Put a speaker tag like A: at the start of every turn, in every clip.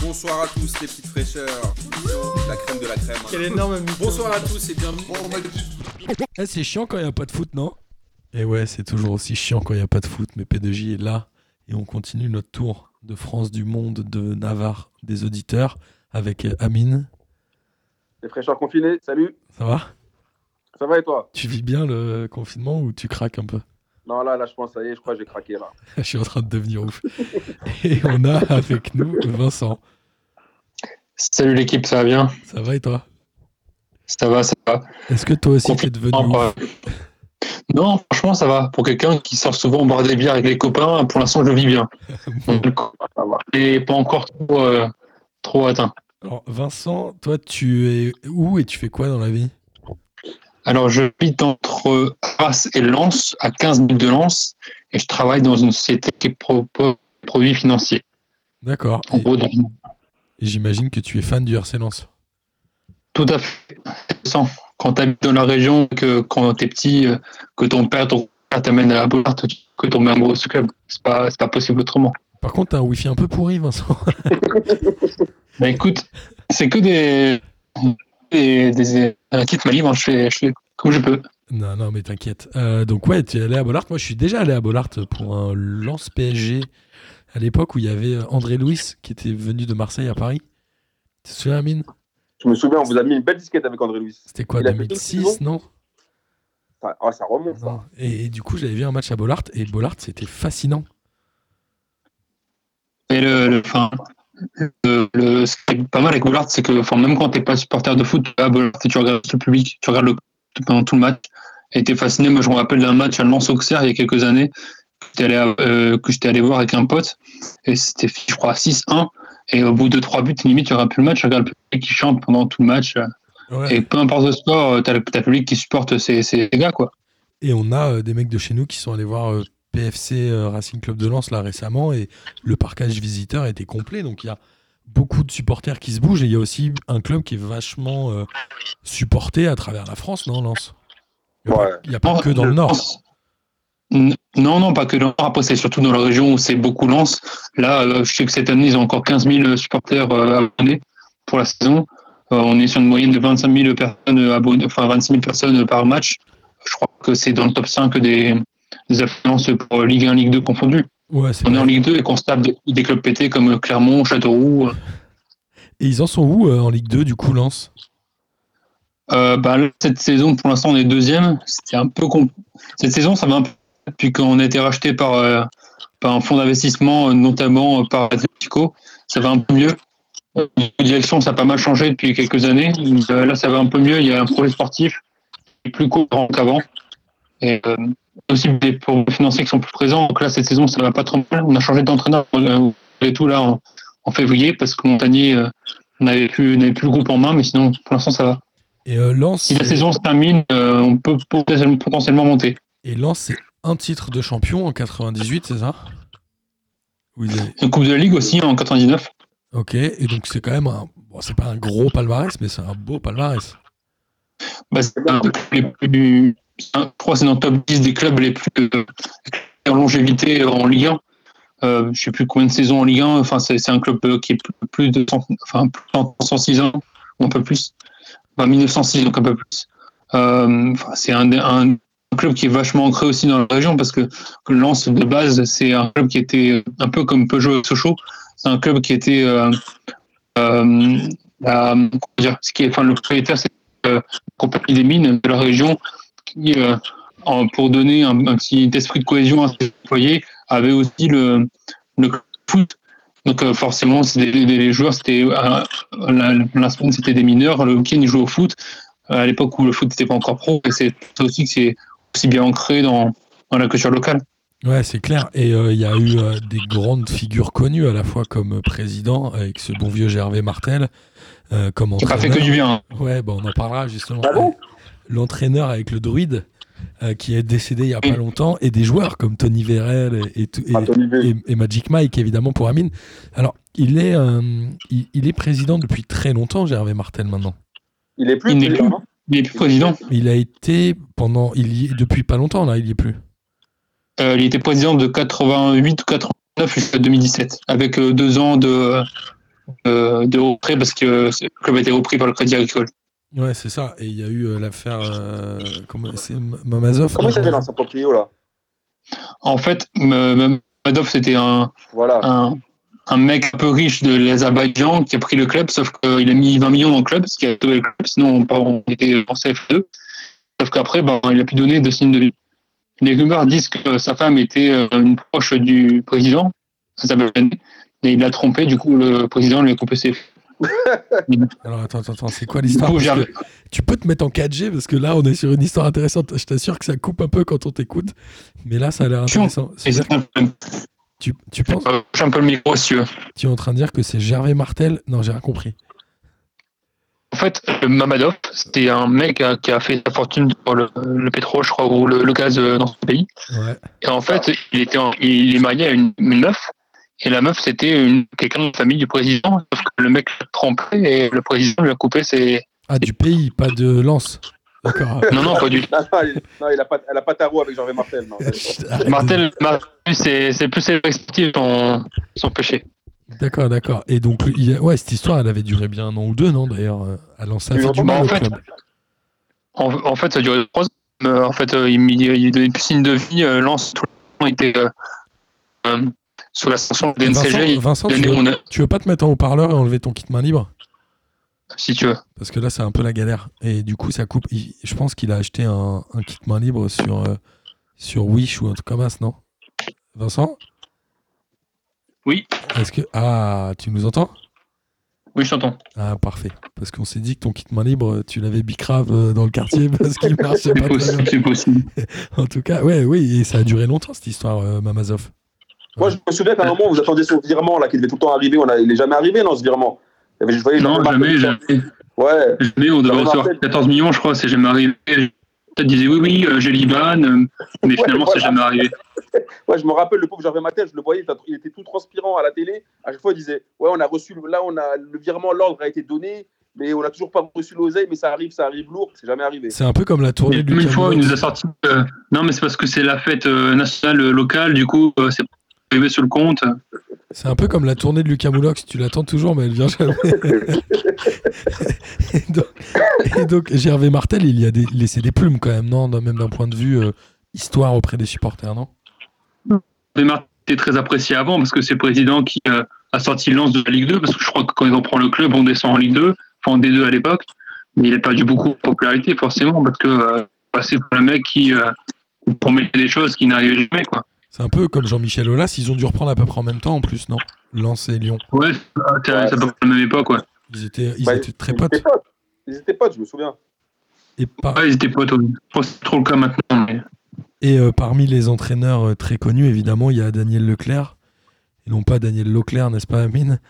A: Bonsoir à tous les petites fraîcheurs. La crème de la crème. hein.
B: Quel énorme mytho.
A: Bonsoir à tous et bienvenue.
C: Eh, c'est chiant quand il n'y a pas de foot, non Et Eh ouais, c'est toujours aussi chiant quand il n'y a pas de foot, mais P2J est là et on continue notre tour de France, du monde, de Navarre, des auditeurs avec euh, Amine.
D: Les fraîcheurs confinés, salut,
C: Ça va
D: ça va et toi
C: Tu vis bien le confinement ou tu craques un peu
D: Non, là, là, je pense, ça y est, je crois que j'ai craqué là.
C: Je suis en train de devenir ouf. Et on a avec nous Vincent.
E: Salut l'équipe, ça va bien
C: Ça va et toi
E: Ça va, ça va.
C: Est-ce que toi aussi t'es devenu
E: Non,
C: ouf
E: pas- Non, franchement, ça va. Pour quelqu'un qui sort souvent boire des bières avec les copains, pour l'instant, je le vis bien.
C: Bon.
D: Ça va.
E: Et pas encore trop, euh, trop atteint.
C: Alors Vincent, toi tu es où et tu fais quoi dans la vie
E: Alors, je habite entre Arras et Lens, à 15 minutes de Lens, et je travaille dans une société qui propose des produits financiers.
C: D'accord.
E: En
C: Et,
E: gros, dans-
C: et j'imagine que tu es fan du RC Lens.
E: tout à fait intéressant. Quand tu habites dans la région, que quand t'es petit, euh, que ton père, ton père t'amène à la boîte, que ton mère amoureux de ce club, c'est pas, c'est pas possible autrement.
C: Par contre, t'as un wifi un peu pourri, Vincent.
E: Bah écoute, c'est que des, des, des, des kits ma livre, hein, je fais, je fais comme je peux.
C: Non, non, mais t'inquiète. Euh, donc ouais, tu es allé à Bollard. Moi, je suis déjà allé à Bollard pour un lance PSG à l'époque où il y avait euh, André Louis qui était venu de Marseille à Paris. Tu te souviens, Amine
D: Je me souviens, on vous a mis une belle disquette avec André Louis.
C: C'était quoi,
D: Il a fait deux
C: 2006,
D: saisons
C: non
D: Ça, ah, ça remonte, ça.
C: Non. Et, et du coup, j'avais vu un match à Bollard et Bollard, c'était fascinant.
E: Et le, le, enfin, le, le- ce qui est pas mal avec Bollard, c'est que enfin, même quand t'es pas supporter de foot, tu vas à Bollard et tu regardes le public, tu regardes le pendant tout le match. Et t'es fasciné. Moi, je me rappelle d'un match à Lens Auxerre il y a quelques années que j'étais allé, à- euh, que j'étais allé voir avec un pote. Et c'était, je crois, 6-1. Et au bout de trois buts, limite, tu regardes plus le match, tu regardes le public qui chante pendant tout le match.
C: Ouais.
E: Et peu importe le sport, euh, t'as le, t'as le public qui supporte ces, ces gars, quoi.
C: Et on a euh, des mecs de chez nous qui sont allés voir euh, PFC euh, Racing Club de Lens là récemment et le parcage visiteur était complet. Donc il y a beaucoup de supporters qui se bougent et il y a aussi un club qui est vachement euh, supporté à travers la France, non Lens Il n'y a,
D: Ouais.
C: pas- il y a pas que dans le
E: Je
C: Nord.
E: pense- N- Non, non, pas que dans le Nord. Après, c'est surtout dans la région où c'est beaucoup lance. Là, euh, je sais que cette année, ils ont encore 15 000 supporters euh, abonnés pour la saison. Euh, on est sur une moyenne de 25 000 personnes abonnées, enfin 26 000 personnes euh, par match. Je crois que c'est dans le top 5 des, des affluences pour euh, Ligue 1, Ligue 2 confondues.
C: Ouais, c'est
E: On est en
C: vrai.
E: Ligue 2 et qu'on se tape des, des clubs pétés comme euh, Clermont, Châteauroux.
C: Et ils en sont où euh, en Ligue 2 du coup Lens
E: Euh, bah, là, cette saison, pour l'instant, on est deuxième. C'était un peu compl- Cette saison, ça va un peu depuis qu'on a été racheté par, euh, par un fonds d'investissement, euh, notamment euh, par Atlético. Ça va un peu mieux. Euh, La direction, ça a pas mal changé depuis quelques années. Euh, là, ça va un peu mieux. Il y a un projet sportif qui est plus courant qu'avant. Et euh, aussi des programmes financiers qui sont plus présents. Donc là, cette saison, ça va pas trop mal. On a changé d'entraîneur euh, et tout là en, en février parce que Montagnier euh, n'avait plus, n'avait plus le groupe en main. Mais sinon, pour l'instant, ça va.
C: Et euh, Lens,
E: Si la
C: c'est-
E: saison se termine, euh, on peut potentiellement, potentiellement monter.
C: et Lens, c'est un titre de champion en 98, c'est ça Où ils avaient-
E: Une Coupe de la Ligue aussi en 99.
C: Ok, et donc c'est quand même un. Bon, c'est pas un gros palmarès, mais c'est un beau palmarès.
E: Bah, c'est un des clubs les plus. c'est un- Je crois que c'est dans le top 10 des clubs les plus euh, en longévité en Ligue 1. Euh, je sais plus combien de saisons en Ligue 1. Enfin, c'est c'est un club euh, qui est plus- plus de 100 enfin, plus de 106 ans, ou un peu plus. Enfin, 1906, donc un peu plus. Euh, enfin, c'est un, des- un club qui est vachement ancré aussi dans la région parce que que Lens, de base, c'est un club qui était un peu comme Peugeot et Sochaux. C'est un club qui était. Euh, euh, la- comment dire, ce qui est, enfin, le propriétaire, c'est euh, la compagnie des mines de la région qui, euh, en- pour donner un, un petit esprit de cohésion à ses employés, avait aussi le, le foot. Donc euh, forcément, c'était des- des- les joueurs, c'était euh, la, la semaine, c'était des mineurs. Le week-end, ils jouaient au foot. Euh, À l'époque où le foot n'était pas encore pro, et c'est aussi que c'est aussi bien ancré dans, dans la culture locale.
C: Ouais, c'est clair. Et euh, il y a eu euh, des grandes figures connues à la fois comme président avec ce bon vieux Gervais Martel, euh, comme
E: Qui n'a
C: entraîneur.
E: pas fait que du bien. hein.
C: Ouais, bah, on en parlera justement. Euh,
D: Ah bon
C: L'entraîneur avec le druide euh, qui est décédé il y a pas
E: Oui.
C: longtemps et des joueurs comme Tony Vérel et, et tout- et-
D: Ah, Tony V.
C: et, et Magic Mike, évidemment, pour Amine. Alors, il est, euh, il, il est président depuis très longtemps, Gervais Martel, maintenant.
D: Il est plus.
E: Il n'est
D: d'ailleurs,
E: plus.
D: hein.
E: Il n'est plus président.
C: Il a été pendant. Il y est depuis pas longtemps, là, il y est plus.
E: Euh, il était président de 88 ou 89 jusqu'à 2017, avec euh, deux ans de, euh, de retrait parce que le club a été repris par le Crédit Agricole.
C: Ouais, c'est ça. Et il y a eu euh, l'affaire. euh, comment c'est M- Mamazov
D: Comment il s'appelle l'ancien proprio là
E: En fait, M- Mamadov, c'était un,
D: Voilà.
E: un, un mec un peu riche de l'Azerbaïdjan qui a pris le club, sauf qu'il a mis 20 millions dans le club, ce qui a sauvé le club, sinon on, part- on était en CF2. Sauf qu'après, ben, il a plus donné de signe de vie. Les rumeurs disent que sa femme était euh, une proche du président, azerbaïdjanais, et il l'a trompé, du coup le président lui a coupé ses...
C: Alors attends, attends, attends, c'est quoi
E: Du
C: l'histoire
E: coup,
C: Parce
E: j'ai-
C: que Tu peux te mettre en 4G parce que là, on est sur une histoire intéressante. Je t'assure que ça coupe un peu quand on t'écoute. Mais là, ça a l'air
E: Chiant.
C: intéressant.
E: Et
C: C'est-à-dire
E: c'est un peu-
C: que Tu, tu penses
E: euh, j'ai un peu le micro, si tu veux.
C: Tu es en train de dire que c'est Gervais Martel Non, j'ai rien compris.
E: En fait, le Mamadov, c'était un mec euh, qui a fait sa fortune sur le, le pétrole, je crois, ou le, le gaz euh, dans ce pays.
C: Ouais.
E: Et en fait, il, était en- il est marié à une, une meuf. Et la meuf, c'était une- quelqu'un de la famille du président. Sauf que le mec l'a trompé et le président lui a coupé ses.
C: Ah, du pays, pas de Lens. D'accord.
E: Non, non, pas du tout.
D: Non, non, il- non, il a pas, elle a pas tarot avec Jean-Vé Martel. non.
C: Chut, arrête de-
E: Martel, Martel, c'est c'est plus ses respectifs son, son péché.
C: D'accord, d'accord. Et donc, il y a- ouais, cette histoire, elle avait duré bien un an ou deux, non D'ailleurs, euh, à Lens, ça a
D: Oui,
C: fait du
E: bah,
C: mal
E: en
C: au
E: fait-
C: club.
E: En, en fait, ça a duré trois ans. Euh, En fait, euh, il, m'y- il donnait plus signe de vie. Euh, Lance, tout le temps, était euh, euh, sous l'ascension de DNCG.
C: Vincent,
E: Il
C: Vincent, tu,
E: donnait
C: veux,
E: mon œil,
C: tu veux pas te mettre en haut-parleur et enlever ton kit main libre
E: si tu veux.
C: Parce que là, c'est un peu la galère. Et du coup, ça coupe. Il- je pense qu'il a acheté un, un kit main libre sur, euh, sur Wish ou un truc comme ça, non Vincent
E: Oui.
C: Est-ce que. Ah, tu nous entends
E: Oui, je t'entends.
C: Ah, parfait. Parce qu'on s'est dit que ton kit main libre, tu l'avais bicrave euh, dans le quartier parce qu'il marchait pas très bien.
E: c'est possible.
C: En tout cas, ouais, oui, et ça a duré longtemps cette histoire, euh, Mamazov.
D: Moi, je me souviens qu'à un moment, vous attendiez son virement là, qui devait tout le temps arriver. On a, il est jamais arrivé, non, ce virement. Il y avait- je voyais
E: Non,
D: Jean-Vé
E: jamais,
D: Martel.
E: jamais.
D: Ouais.
E: Jamais, on devait
D: Non, mais
E: recevoir
D: Marcel-
E: 14 millions, je crois, c'est jamais arrivé. Peut-être disait oui, oui, euh, j'ai l'Iban, euh, mais
D: Ouais,
E: finalement,
D: voilà.
E: c'est jamais arrivé.
D: ouais, je me rappelle le pauvre Jean-Vé Martel. Je le voyais, il était- il était tout transpirant à la télé. À chaque fois, il disait Ouais, on a reçu, le- là, on a le virement, l'ordre a été donné, mais on n'a toujours pas reçu l'oseille, mais ça arrive, ça arrive lourd. C'est jamais arrivé.
C: C'est un peu comme la tournée
E: Mais
C: de
E: même une
C: Lucas
E: fois, il
C: Moura.
E: nous a sorti. euh, non, mais c'est parce que c'est la fête euh, nationale euh, locale, du coup, euh, c'est pas arrivé sur le compte.
C: C'est un peu comme la tournée de Lucas Moulox, tu l'attends toujours mais elle vient jamais. et, donc, et donc, Gervais Martel, il y a des- laissé des plumes quand même, non D'un- Même d'un point de vue euh, histoire auprès des supporters, non
E: Démarre était très apprécié avant parce que c'est le président qui euh, a sorti Lance de la Ligue 2, parce que je crois que quand ils en prend le club, on descend en Ligue 2, enfin en D2 à l'époque, mais il a perdu beaucoup de popularité forcément parce que euh, passer pour le mec qui euh, promettait des choses qui n'arrivaient jamais, quoi.
C: C'est un peu comme Jean-Michel Aulas, ils ont dû reprendre à peu près en même temps en plus, non Lens et Lyon.
E: Ouais, c'est
D: Ouais.
E: à peu près la même époque, ouais.
C: Ils étaient, ils
D: Bah,
C: étaient très
D: Ils étaient
C: potes.
D: potes. Ils étaient potes, je me souviens.
C: Et, par-
E: Ouais, ils étaient potes. ouais. Je pense que c'est trop le cas maintenant. mais-
C: et euh, parmi les entraîneurs euh, très connus, évidemment, il y a Daniel Leclerc. Et non pas Daniel Leclerc, n'est-ce pas, Amine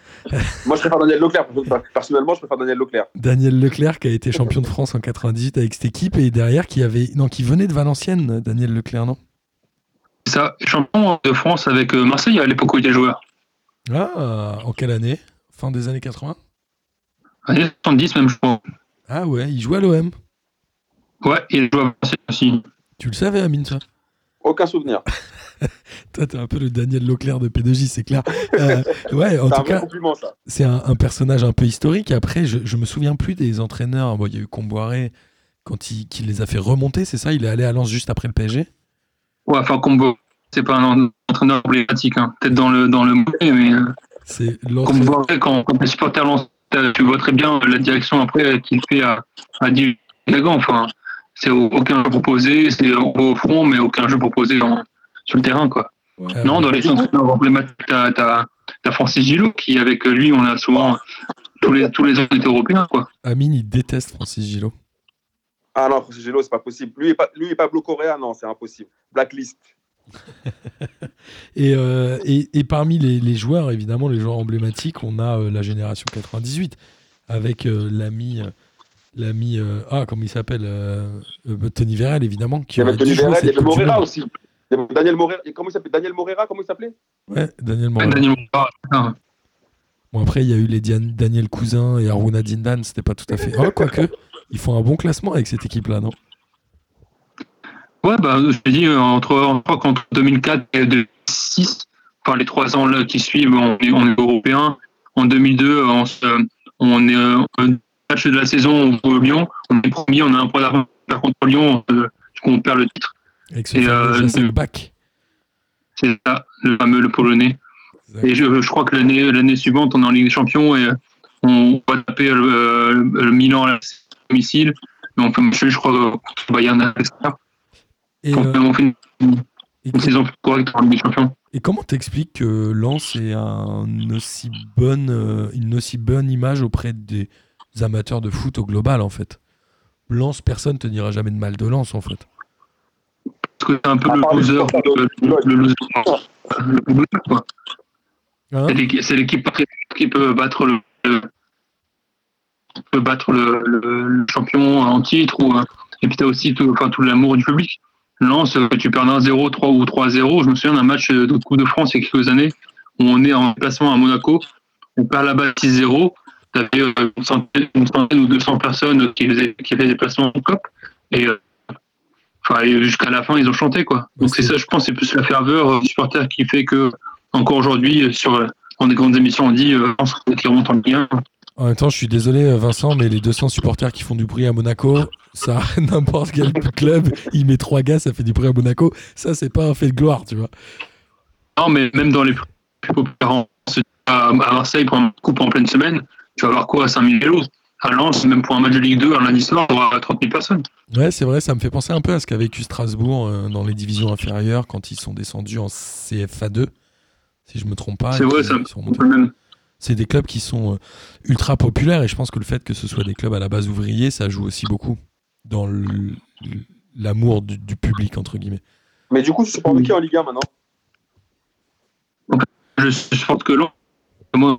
D: Moi, je préfère Daniel Leclerc. Personnellement, je préfère Daniel Leclerc.
C: Daniel Leclerc qui a été champion de France en 98 avec cette équipe et derrière qui avait non qui venait de Valenciennes Daniel Leclerc non
E: C'est ça, champion de France avec euh, Marseille à l'époque où il était joueur.
C: ah en quelle année fin des années 80
E: Année 70 même, je crois.
C: ah ouais il jouait à l'OM
E: Ouais, il jouait à Marseille aussi.
C: tu le savais Amine toi
D: Aucun souvenir.
C: toi t'es un peu le Daniel Leclerc de P2J c'est clair Euh, ouais en
D: C'est un
C: tout
D: vrai
C: cas
D: compliment, ça.
C: c'est un, un personnage un peu historique après je, je me souviens plus des entraîneurs bon il y a eu Comboiré quand il, qui les a fait remonter c'est ça il est allé à Lens juste après le PSG
E: Ouais, enfin, combo. C'est pas un entraîneur emblématique, hein. peut-être dans le, dans le mauvais, mais euh,
C: c'est
E: comme vous
C: l'entraîneur
E: voyez, quand, quand les supporters lancent, euh, tu vois très bien la direction après euh, qu'il fait à, à Dijon. Enfin, c'est au- aucun jeu proposé, c'est au front, mais aucun jeu proposé dans- sur le terrain, quoi.
C: Ouais,
E: Non, dans les entraîneurs emblématiques, t'as, t'as, t'as Francis Gillot, qui avec lui, on a souvent tous les tous les ans on était européens, quoi.
C: Amine il déteste Francis Gillot
D: Ah non, Francis Gelo, c'est pas possible. Lui et, pas, lui et Pablo Correa, non, c'est impossible. Blacklist.
C: Et, euh, et, et parmi les, les joueurs, évidemment, les joueurs emblématiques, on a euh, la génération 98 avec euh, l'ami, euh, l'ami, euh, ah, comment il s'appelle, euh, euh, Tony Vérel, évidemment,
D: Il y
C: qui
D: avait
C: aurait dû
D: Eh ben, Tony
C: jouer
D: Vérel, il y
C: cette
D: avait
C: Coupe du
D: Morera
C: Monde.
D: aussi. Il y avait Daniel Morera, et comment il s'appelait Daniel Morera, comment il s'appelait
C: Ouais, Daniel Morera.
E: Daniel Moura, putain.
C: Bon, après, il y a eu les Dian- Daniel Cousin et Aruna Dindan, c'était pas tout à fait. Oh, quoique, ils font un bon classement avec cette équipe-là, non
E: Ouais, bah, je te dis, euh, entre, je crois qu'entre 2004 et 2006, enfin, les trois ans là qui suivent, on est, on est européen. en 2002, euh, on, se- on est euh, un match de la saison au Lyon, on est premier, on a un point d'avance contre Lyon, euh, on perd le titre.
C: Avec ce
E: Et,
C: fameux
E: euh,
C: Jacek
E: de-
C: Bak.
E: C'est ça, le fameux le polonais.
C: Exact.
E: Et je, je crois que l'année l'année suivante, on est en Ligue des Champions et euh, on va taper euh, le, le Milan à la domicile. Et on fait un match, je crois, contre Bayern. à l'extérieur.
C: Et,
E: on, fait-
C: euh,
E: on fait une,
C: et
E: une
C: co-
E: saison plus correcte en Ligue des Champions.
C: et comment t'expliques que Lens ait un aussi bonne, euh, une aussi bonne image auprès des amateurs de foot au global, en fait Lens, personne te dira jamais de mal de Lens, en fait.
E: Parce que c'est un peu le
D: Ah, pardon,
E: loser,
D: pardon.
E: euh, le, loser, le footballeur, quoi.
C: Hein
E: C'est l'équi- C'est l'équipe parfaite qui peut battre le, le- peut battre le, le- le champion en titre. Ou, euh, et puis tu as aussi tout, enfin, tout l'amour du public. Lance, tu perds 1-0, 3 ou 3-0. Je me souviens d'un match euh, de Coupe de France il y a quelques années où on est en placement à Monaco. On perd là-bas 6-0. Tu avais euh, une centaine, une centaine ou 200 personnes qui faisaient, qui faisaient des placements en COP. Et euh, enfin, et jusqu'à la fin, ils ont chanté. quoi.
C: Ouais,
E: Donc c'est
C: c'est-
E: ça, je pense, c'est plus la ferveur euh, du supporter qui fait que, encore aujourd'hui, euh, sur euh, dans des grandes émissions, on dit euh, on se remonte en Ligue 1.
C: En même temps, je suis désolé, euh, Vincent, mais les 200 supporters qui font du bruit à Monaco, ça, n'importe quel club, il met trois gars, ça fait du bruit à Monaco. Ça, c'est pas un fait de gloire, tu vois.
E: Non, mais même dans les plus plus populaires en France, à à Marseille pour un coupe en pleine semaine, tu vas avoir quoi à 5000 vélos À Lens, même pour un match de Ligue 2, un lundi soir, on va avoir 30 000 personnes.
C: Ouais, c'est vrai, ça me fait penser un peu à ce qu'a vécu Strasbourg euh, dans les divisions inférieures quand ils sont descendus en CFA2, si je me trompe pas.
E: C'est
C: et
E: vrai,
C: qu'ils-
E: ça.
C: ils sont remontés.
E: C'est le même.
C: C'est des clubs qui sont euh, ultra populaires et je pense que le fait que ce soit des clubs à la base ouvriers, ça joue aussi beaucoup dans le- l'amour du, du public, entre guillemets.
D: Mais du coup, tu supportes
C: Mm.
D: qui en Ligue 1 maintenant
E: Je supporte que Lens, moi,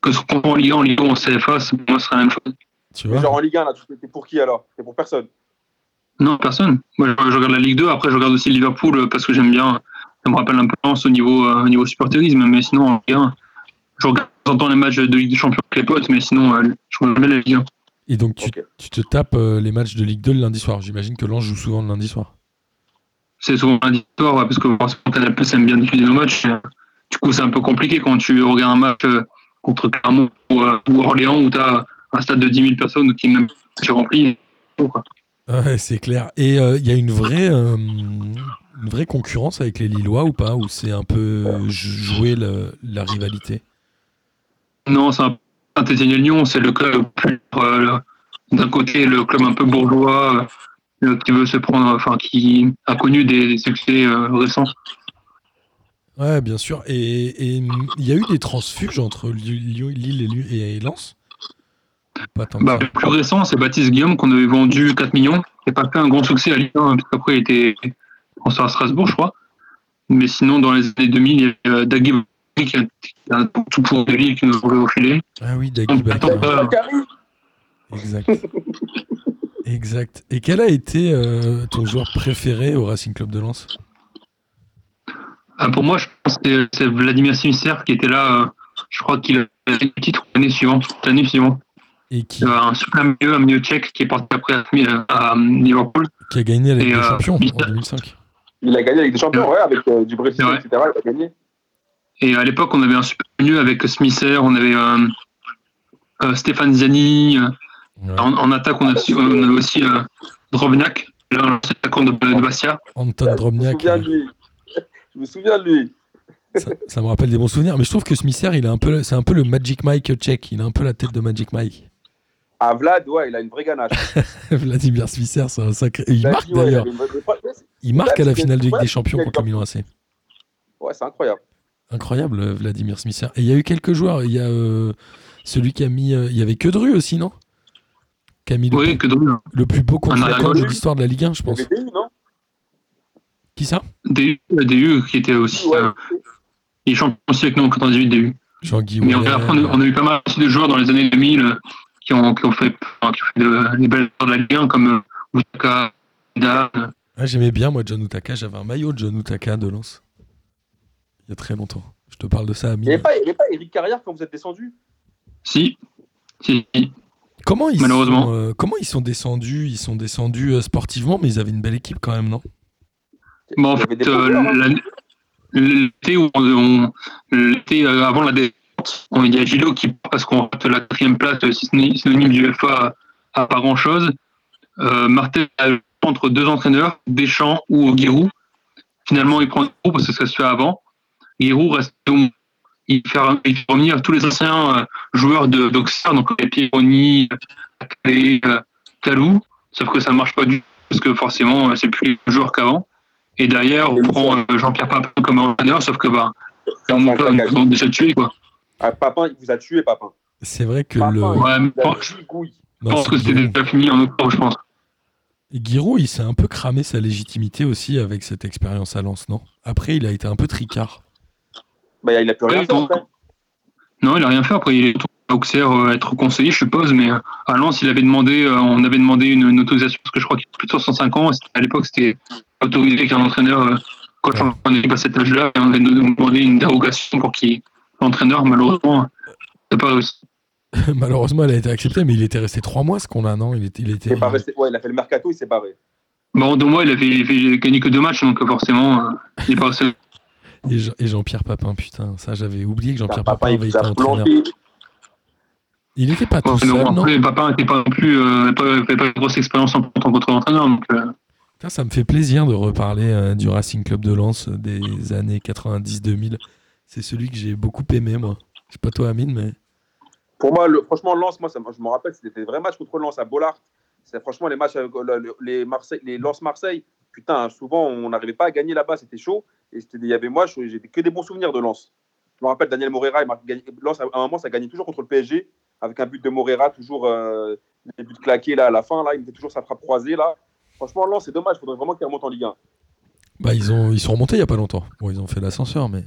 E: que ce qu'on prend en Ligue 1, en Ligue 1, en CFA, c'est- pour moi, ce serait la même chose.
C: Tu
D: Mais
C: vois
D: Genre en Ligue 1, là, tu- t'es pour qui alors T'es pour personne.
E: Non, personne. Moi, je je regarde la Ligue 2, après, je regarde aussi Liverpool euh, parce que j'aime bien. Ça me rappelle un peu Lens au niveau, euh, au niveau supporterisme, mais sinon, en Ligue 1, je regarde de temps en temps les matchs de Ligue des Champions avec les potes, mais sinon, euh, je regarde jamais la Ligue 1.
C: Et donc, tu,
D: Ok.
C: tu te tapes euh, les matchs de Ligue 2 le lundi soir. J'imagine que Lens joue souvent le lundi soir.
E: c'est souvent lundi soir, ouais, parce que forcément, Canal Plus aime bien diffuser nos matchs. Euh, Du coup, c'est un peu compliqué quand tu regardes un match euh, contre Clermont ou, euh, ou Orléans où tu as un stade de 10 000 personnes qui est même pas rempli. quoi.
C: Ah Ouais, c'est clair. Et euh, il y a une vraie, euh, une vraie concurrence avec les Lillois ou pas Ou c'est un peu euh, jouer le- la rivalité
E: Non, c'est un Saint-Étienne et Lyon, c'est le club plus. euh, D'un côté, le club un peu bourgeois euh, le- qui veut se prendre, enfin, qui a connu des, des succès euh, récents.
C: Ouais, bien sûr. Et et, hum, il y a eu des transfuges entre Li- Lyon- Lille et Lu- et, Lens Pas tant que
E: Bah,
C: ça.
E: le plus récent, c'est Baptiste Guillaume qu'on avait vendu 4 millions, qui n'a pas fait un grand succès à Lyon, parce qu'après il était transféré à Strasbourg, je crois. Mais sinon, dans les années 2000, il y a Dagui qui a qui a un tout pour de Lille qui nous a volé au filet.
C: Ah oui, Dagui
E: Donc,
C: Baka.
E: attends, euh,
D: Bakary
C: Exact. exact. Et quel a été euh, ton joueur préféré au Racing Club de Lens
E: ah, pour moi, je pense que c'est Vladimir Simister qui était là, euh, je crois qu'il a eu le titre l'année suivante. L'année suivante.
C: Et qui,
E: Il y a Euh, un super milieu, un milieu tchèque qui est parti après à, à Liverpool.
C: qui a gagné la Ligue
E: Et,
C: des
E: euh,
C: Champions en
E: Michel-
C: 2005
D: Il a gagné avec des champions, ouais, avec euh, du Brésil,
E: C'est vrai.
D: etc. Il a gagné.
E: Et à l'époque, on avait un super milieu avec Smither, on avait euh, euh, Stéphane Ziani, euh,
C: Ouais.
E: En, en attaque, on a, aussi- on a aussi euh, Drobniak, l'ancien attaquant de, de Bastia. Euh,
C: Anton
D: Je me
C: Drobniak. euh,
D: souviens de lui. Je me souviens de lui.
C: ça, ça me rappelle des bons souvenirs. Mais je trouve que Smither, il a un peu, c'est un peu le Magic Mike tchèque. Il a un peu la tête de Magic Mike.
D: Ah, Vlad, ouais, il a une vraie ganache.
C: Vladimir Smither, c'est un sacré. et il
D: Vlad,
C: marque
D: ouais, il a
C: d'ailleurs.
D: une vraie-
C: Il marque à la
D: Vlad,
C: finale de Ligue
D: ouais,
C: des Champions
D: il a
C: contre le Milan AC.
D: Ouais, c'est incroyable.
C: Incroyable, euh, Vladimir Smither. Et il y a eu quelques joueurs. Il y a euh, celui qui a mis. euh, il y avait Quedru aussi, non Qui a mis le,
E: Oui, que drôle.
C: le plus beau contre
E: arrière-gauche.
C: de l'histoire de la Ligue 1,
D: Il
C: je
D: y
C: pense.
D: avait des U, non
C: Qui ça
E: DU, euh, DU qui était aussi.
D: Ouais.
E: euh, il est champion aussi avec nous en 98 DU.
C: Jean-Guy
E: Mais on,
C: Weller,
E: après, on, a, on a eu pas mal aussi de joueurs dans les années 2000 euh, qui ont, qui ont fait, enfin, qui ont fait de- des belles joueurs de la Ligue 1 comme euh, Utaka, Dan.
C: Ah, J'aimais bien, moi, John Utaka. J'avais un maillot de John Utaka de Lens. Il y a très longtemps. Je te parle de ça à
D: Il n'y avait, pas- il y avait pas Eric Carrière quand vous êtes descendu
E: Si. Si. si.
C: Comment ils
E: Malheureusement.
C: sont, euh, comment ils sont descendus Ils sont descendus euh, sportivement, mais ils avaient une belle équipe quand même, non
E: Bah, en
D: Il y avait des
E: fait, euh,
D: bons joueurs, hein.
E: l'année- l'été où on- on- l'été, euh, avant la descente, Bon, il y a Gilo qui part parce qu'on rate la quatrième place, euh, synonym synonyme du UFA à, à pas grand-chose. Euh, Martel a le choix entre deux entraîneurs, Deschamps ou Giroud. Finalement, il prend Giroud parce que ça se fait avant. Giroud reste au moins- il fait, il fait revenir tous les anciens euh, joueurs de d'Auxerre, donc les Pironi, les euh, Calou, sauf que ça ne marche pas du tout parce que forcément, euh, c'est plus les mêmes joueurs qu'avant. Et derrière, on prend euh, Jean-Pierre Papin comme entraîneur, sauf que bah, on
D: Jean-Pierre Papin.
E: on est déjà tué, quoi.
D: Ah, Papin, il vous a tué, Papin.
C: C'est vrai que
D: Papin,
C: le.
D: il vous
E: Ouais, mais
D: a
E: bon, je
D: gigouillé.
E: Je
C: non,
E: pense
C: Bah, c'est
E: que c'était
C: Giroud.
E: déjà fini en octobre, je pense.
C: Giroud, il s'est un peu cramé sa légitimité aussi avec cette expérience à Lens, non Après, il a été un peu tricard.
D: Bah, il a plus rien
E: Ouais,
D: fait,
E: bon.
D: après.
E: Non, il a rien fait. Après, il est retourné à Auxerre euh, être conseiller, je suppose. Mais euh, à Lens, il avait demandé, euh, on avait demandé une, une autorisation parce que je crois qu'il a plus de 65 ans. C'était- À l'époque, c'était autorisé qu'un entraîneur, euh, quand on n'était pas cet âge-là, et on avait demandé une dérogation pour qu'il l'entraîneur, malheureusement, euh, n'a pas réussi.
C: Malheureusement, elle a été acceptée, mais il était resté trois mois ce qu'on a, non il était, il
D: Il
C: était...
D: est pas resté- Ouais, il a fait le mercato, il s'est barré.
E: Bon, deux mois, il avait, il avait gagné que deux matchs, donc euh, forcément, euh, il est pas resté.
C: Et Jean- et Jean-Pierre Papin, putain, ça j'avais oublié que Jean-Pierre
D: Papin,
C: Papin
D: il
C: avait
D: vous
C: été
D: a
C: entraîneur.
D: planté.
C: Il n'était pas tout
E: Ouais,
C: seul,
E: mais bon,
C: non
E: après, Papin n'était pas non plus, euh, pas- avait pas une grosse expérience en tant qu'entraîneur, donc. euh,
C: Putain, ça me fait plaisir de reparler euh, du Racing Club de Lens euh, des années 90-2000. C'est celui que j'ai beaucoup aimé, moi. Je sais pas toi, Amine, mais
D: Pour moi, le, franchement, Lens, moi, ça, me- je me rappelle, c'était des vrais matchs contre Lens à Bollard. C'est franchement les matchs avec le- le- les Marseille, les Lens Marseille. Putain, souvent on n'arrivait pas à gagner là-bas, c'était chaud. Et c'était, il y avait moi, je- j'étais que des bons souvenirs de Lens. Je me rappelle Daniel Moreira, il marque- gagne- Lens à un moment, ça gagnait toujours contre le PSG avec un but de Moreira, toujours euh, les buts claqués là à la fin, là, il mettait toujours sa frappe croisée là. Franchement, Lens, c'est dommage, il faudrait vraiment qu'il remonte en Ligue 1.
C: bah, ils, ont, ils sont remontés il y a pas longtemps. Bon, ils ont fait l'ascenseur, mais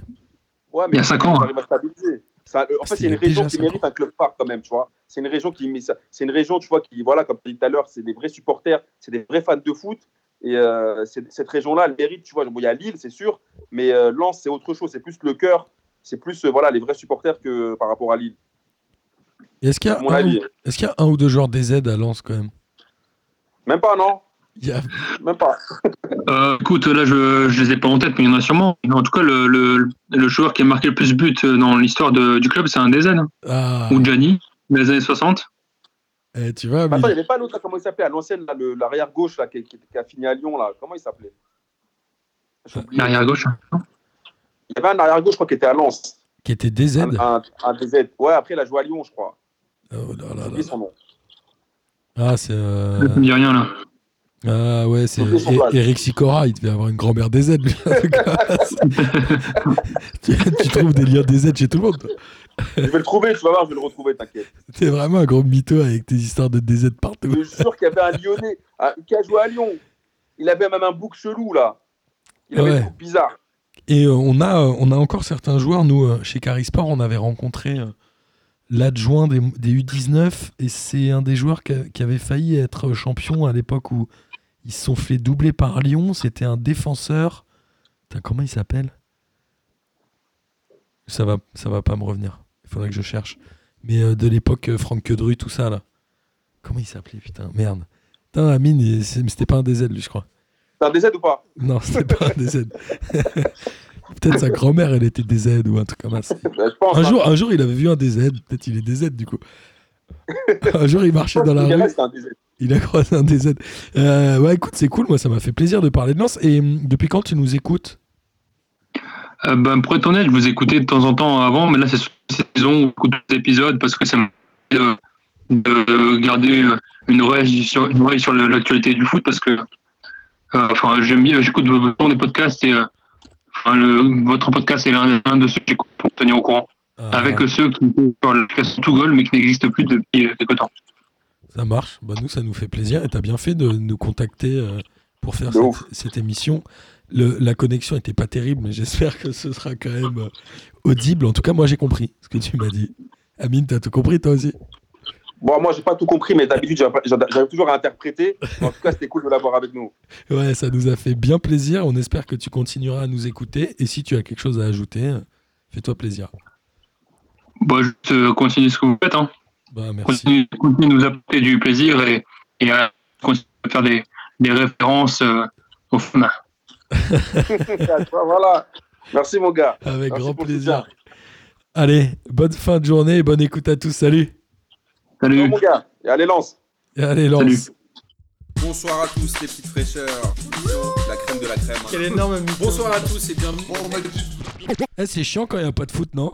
D: Ouais,
E: Il y a cinq ans, hein.
D: ça arrive à stabiliser. Ça, euh, en fait,
C: C'était
D: c'est une
C: il y a
D: région
C: déjà
D: qui
C: cinq
D: mérite un club phare quand même, tu vois. C'est une région qui, met ça- c'est une région, tu vois, qui, voilà, comme tu dit tout à l'heure, c'est des vrais supporters, c'est des vrais fans de foot. Et euh, c'est- cette région-là, elle mérite, tu vois. Bon, il y a Lille, c'est sûr, mais euh, Lens, c'est autre chose. C'est plus le cœur, c'est plus, euh, voilà, les vrais supporters que par rapport à Lille.
C: Et est-ce qu'il y, a
D: À mon
C: un
D: avis.
C: ou- est-ce qu'il y a un ou deux joueurs DZ à Lens quand même
D: Même pas, non
C: Il y a-
D: Même pas.
C: Ah
E: Euh, écoute, là, je, je les ai pas en tête, mais il y en a sûrement. En tout cas, le, le, le joueur qui a marqué le plus de buts euh, dans l'histoire de- du club, c'est un DZ, hein,
C: Ah,
E: ou Gianni, dans les années 60.
C: eh, tu vois, mais
D: Attends, il n'y avait pas l'autre, là, comment il s'appelait, à l'ancienne, là, le- l'arrière gauche, là, qui, qui- qui a fini à Lyon, là. Comment il s'appelait J'ai oublié.
E: L'arrière gauche. hein.
D: Il y avait un arrière gauche, je crois, qui était à Lens.
C: qui était DZ.
D: Un, un, un DZ. Ouais, après, il a joué à Lyon, je crois.
C: Oh là là
D: J'ai
C: là.
D: oublié son nom.
C: Ah, c'est. euh,
E: Ça me dit rien, là.
C: Ah ouais, c'est
D: Ils sont
C: E-
D: pas.
C: Eric Sicora, il devait avoir une grand-mère DZ, lui. le gars. tu, tu trouves des liens DZ chez tout le monde. toi.
D: Je vais le trouver, tu vas voir, je vais le retrouver, t'inquiète.
C: T'es vraiment un gros mytho avec tes histoires de DZ
D: Je
C: partout.
D: te jure qu'il y avait un Lyonnais un- qui a joué à Lyon. Il avait même un bouc chelou, là. Il avait
C: Ah Ouais.
D: un bouc bizarre.
C: Et euh, on, a, euh, on a encore certains joueurs. Nous, euh, chez Carisport, on avait rencontré euh, l'adjoint des, des U19 et c'est un des joueurs qui, a- qui avait failli être champion à l'époque où ils se sont fait doubler par Lyon. C'était un défenseur. Putain, comment il s'appelle Ça va, ça va pas me revenir. Il faudrait que je cherche. Mais euh, de l'époque, euh, Franck Quedru, tout ça là. Comment il s'appelait Putain, merde. Putain, Amine, il- c'est- c'était pas un DZ lui, je crois.
D: T'as un DZ ou pas
C: Non, c'était pas un DZ. peut-être sa grand-mère, elle était DZ ou un truc comme ça.
D: Bah, Je pense.
C: Un
D: hein.
C: jour, un jour, il avait vu un DZ. Peut-être il est DZ du coup. Un jour, il
D: Je
C: marchait
D: pense
C: dans
D: que
C: la
D: le gars-là,
C: rue,
D: c'était un DZ.
C: il a croisé un DZ. Euh, ouais, écoute, c'est cool. Moi, ça m'a fait plaisir de parler de Lens. Et hum, depuis quand tu nous écoutes
E: Euh, ben, pour être honnête, je vous écoutais de temps en temps avant, mais là, c'est surtout cette saison où j'écoute des épisodes parce que ça me permet de, de garder euh, une oreille sur, une oreille sur le- l'actualité du foot parce que, euh, enfin, j'aime bien, j'écoute beaucoup des podcasts et, euh, enfin, le- votre podcast est l'un l'un de ceux que j'écoute pour me tenir au courant.
C: Ah,
E: avec ceux qui sont sur l'application To Goal mais qui n'existent plus depuis euh, quelque temps.
C: Ça marche. Bah, nous, ça nous fait plaisir. Et t'as bien fait de nous contacter euh, pour faire
D: De
C: cette,
D: ouf.
C: cette émission. Le- la connexion était pas terrible, mais j'espère que ce sera quand même euh, audible. En tout cas, moi, j'ai compris ce que tu m'as dit. Amine, t'as tout compris toi aussi
D: Bon, moi, j'ai pas tout compris, mais d'habitude, j'arrive j'arrive toujours à interpréter. En tout cas, c'était cool de l'avoir avec nous.
C: Ouais, ça nous a fait bien plaisir. On espère que tu continueras à nous écouter. Et si tu as quelque chose à ajouter, euh, fais-toi plaisir.
E: Bon, juste euh, continuez ce que vous faites. Hein.
C: Bah, merci.
E: Continuez, continuez de nous apporter du plaisir et, et euh, continuez de faire des, des références euh, au format.
D: voilà. Merci, mon gars.
C: Avec
D: Merci
C: grand
D: pour le
C: plaisir. Allez, bonne fin de journée et bonne écoute à tous. Salut.
D: Bon,
E: Salut.
D: mon gars, et allez, lance.
C: Et allez, lance.
E: Salut.
A: Bonsoir à tous les petites fraîcheurs. La crème hein. de la crème.
B: Quelle énorme amitié.
A: Bonsoir à tous et bienvenue.
C: Eh, c'est chiant quand il n'y a pas de foot, non